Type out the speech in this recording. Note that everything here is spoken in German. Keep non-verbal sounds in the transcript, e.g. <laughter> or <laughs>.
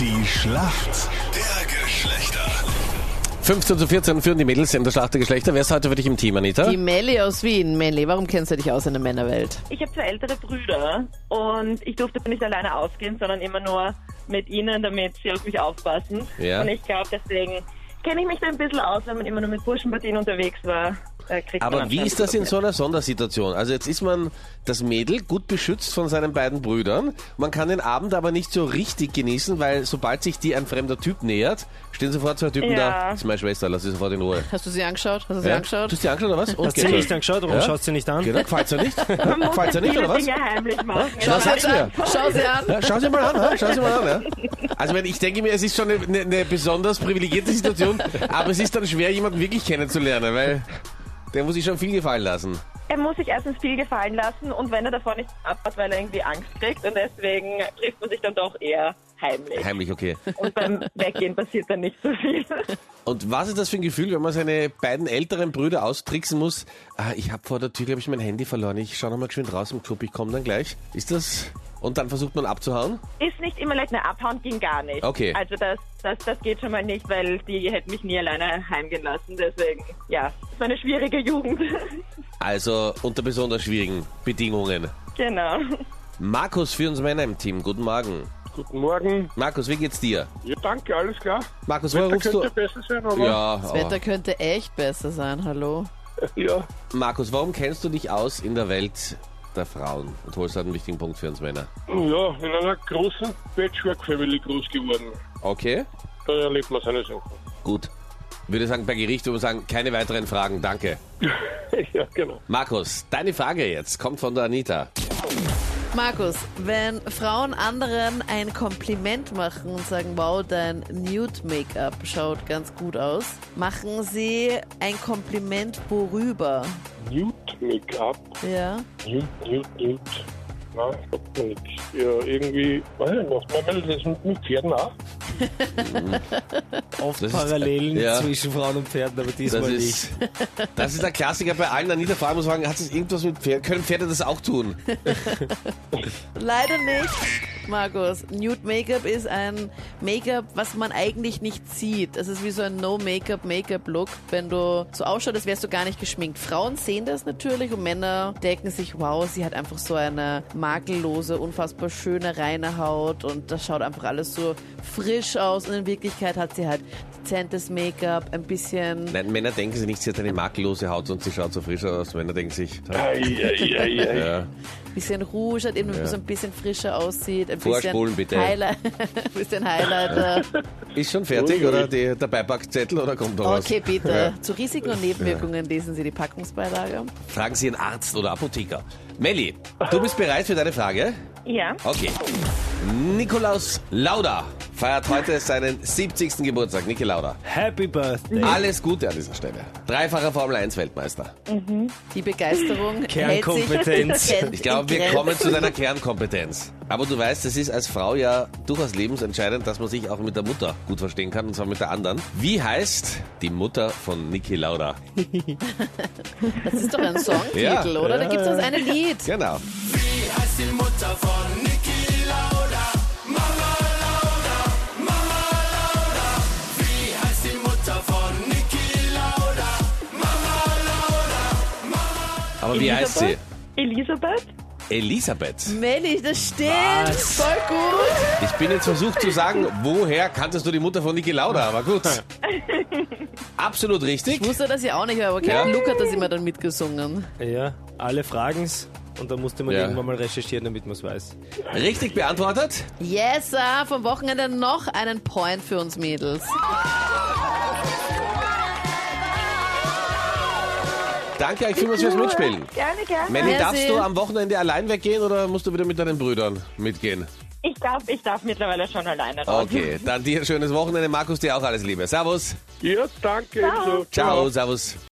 Die Schlacht der Geschlechter. 15 zu 14 führen die Mädels in der Schlacht der Geschlechter. Wer ist heute für dich im Team, Anita? Die Melli aus Wien. Melli, warum kennst du dich aus in der Männerwelt? Ich habe zwei ältere Brüder und ich durfte nicht alleine ausgehen, sondern immer nur mit ihnen, damit sie auf mich aufpassen. Ja. Und ich glaube, deswegen kenne ich mich da ein bisschen aus, wenn man immer nur mit Burschenpartien unterwegs war. Da kriegt man Aber wie anscheinend ist das das in so einer Sondersituation? Also jetzt ist man das Mädel gut beschützt von seinen beiden Brüdern. Man kann den Abend aber nicht so richtig genießen, weil sobald sich die ein fremder Typ nähert, stehen sofort zwei Typen Ja. da. Das ist meine Schwester, lass sie sofort in Ruhe. Hast du sie angeschaut? Hast du sie Ja? Du angeschaut? hast die angeschaut oder was? Und Hast du geht's nicht los. angeschaut? Warum Ja? schaut's dir nicht an? Genau, gefällt's dir nicht? Man muss gefällt's dir nicht, viele oder was? Dinge heimlich machen. Na, sag's mir. Schau sie an. Ja, schau sie mal an, ha? schau sie mal an. Ja? Also wenn, ich denke mir, es ist schon eine, eine, eine besonders privilegierte Situation, aber es ist dann schwer, jemanden wirklich kennenzulernen, weil der muss sich schon viel gefallen lassen. Er muss sich erstens viel gefallen lassen und wenn er davon nicht abhat, weil er irgendwie Angst kriegt und deswegen trifft man sich dann doch eher heimlich. Heimlich, okay. Und beim Weggehen passiert dann nicht so viel. Und was ist das für ein Gefühl, wenn man seine beiden älteren Brüder austricksen muss? Ah, ich habe vor der Tür, glaube ich, mein Handy verloren. Ich schaue nochmal geschwind raus im Club, ich komme dann gleich. Ist das... Und dann versucht man abzuhauen? Ist nicht immer leicht, ne, abhauen ging gar nicht. Okay. Also das, das, das geht schon mal nicht, weil die hätten mich nie alleine heimgehen lassen. Deswegen, ja, es war eine schwierige Jugend. <laughs> Also unter besonders schwierigen Bedingungen. genau. Markus für uns Männer im Team. Guten Morgen. Guten Morgen. Markus, wie geht's dir? Ja, danke, alles klar. Markus, woher Da rufst du? könnte besser sein, aber Ja, oh. Das aber- Wetter könnte echt besser sein, hallo. ja. Markus, warum kennst du dich aus in der Welt der Frauen? Und holst halt einen wichtigen Punkt für uns Männer. ja, in einer großen Patchwork-Family groß geworden. Okay. Da erlebt man seine Sachen. Gut. Würde sagen, bei Gericht würde man sagen, keine weiteren Fragen, danke. <laughs> ja, genau. Markus, deine Frage jetzt kommt von der Anita. Markus, wenn Frauen anderen ein Kompliment machen und sagen, wow, dein Nude-Make-up schaut ganz gut aus, machen sie ein Kompliment worüber? Nude Make-up. Ja? Nude, Nude, Nude. Nein, sagt mir nichts. Ja, irgendwie, weiß ich nicht, manchmal ist es mit, mit Pferden auch. Das Oft ist- Parallelen ja. zwischen Frauen und Pferden, aber Das diesmal nicht. ist, <laughs> das ist der Klassiker bei allen. Anita, vor allem muss man sagen, hat es irgendwas mit Pferden? Können Pferde das auch tun? Leider nicht, Markus. Nude Make-up ist ein Make-up, was man eigentlich nicht sieht. Es ist wie so ein No-Make-up-Make-up-Look, wenn du so ausschaut, als wärst du gar nicht geschminkt. Frauen sehen das natürlich und Männer denken sich, wow, sie hat einfach so eine makellose, unfassbar schöne, reine Haut und das schaut einfach alles so frisch aus und in Wirklichkeit hat sie halt dezentes Make-up, ein bisschen... Nein, Männer denken sich nicht, sie hat eine makellose Haut und sie schaut so frisch aus. Männer denken sich, Eieiei. ja, bisschen Rouge hat, eben so ein bisschen frischer aussieht, ein Vorspulen bisschen, bitte. Highlight, <laughs> ein bisschen Highlighter. ist schon fertig oder die, der Beipackzettel oder kommt noch was? Okay, <laughs> bitte. Zu Risiken und Nebenwirkungen lesen Sie die Packungsbeilage. Fragen Sie einen Arzt oder Apotheker. Melli, du bist bereit für deine Frage? Ja. Okay. Nikolaus Lauda feiert heute seinen 70. Geburtstag. Niki Lauda. Happy Birthday. Alles Gute an dieser Stelle. Dreifacher Formel 1 Weltmeister. <laughs> Die Begeisterung hält sich Kernkompetenz. dezent Ich glaube, in wir Grenzen. kommen zu deiner Kernkompetenz. Aber du weißt, es ist als Frau ja durchaus lebensentscheidend, dass man sich auch mit der Mutter gut verstehen kann, und zwar mit der anderen. Wie heißt die Mutter von Niki Lauda? Das ist doch ein Songtitel, Ja, oder? Da gibt es das eine Lied. Genau. Aber wie heißt sie? Elisabeth? Elisabeth. Melli, das stimmt. Was? Voll gut. Ich bin jetzt versucht zu sagen, woher kanntest du die Mutter von Niki Lauda? Aber gut. Absolut richtig. Ich wusste das ja auch nicht, aber Captain Luke hat das immer dann mitgesungen. Ja, alle fragen's und dann musste man Ja. irgendwann mal recherchieren, damit man's weiß. Richtig beantwortet. Yes, sir. Vom Wochenende noch einen Point für uns Mädels. Danke euch vielmals fürs Mitspielen. Gerne, gerne. Melly, Merci. darfst du am Wochenende allein weggehen oder musst du wieder mit deinen Brüdern mitgehen? Ich darf, ich darf mittlerweile schon alleine raus. Okay, dann dir ein schönes Wochenende. Markus, dir auch alles Liebe. Servus. Ja, danke. Ebenso. Ciao, servus.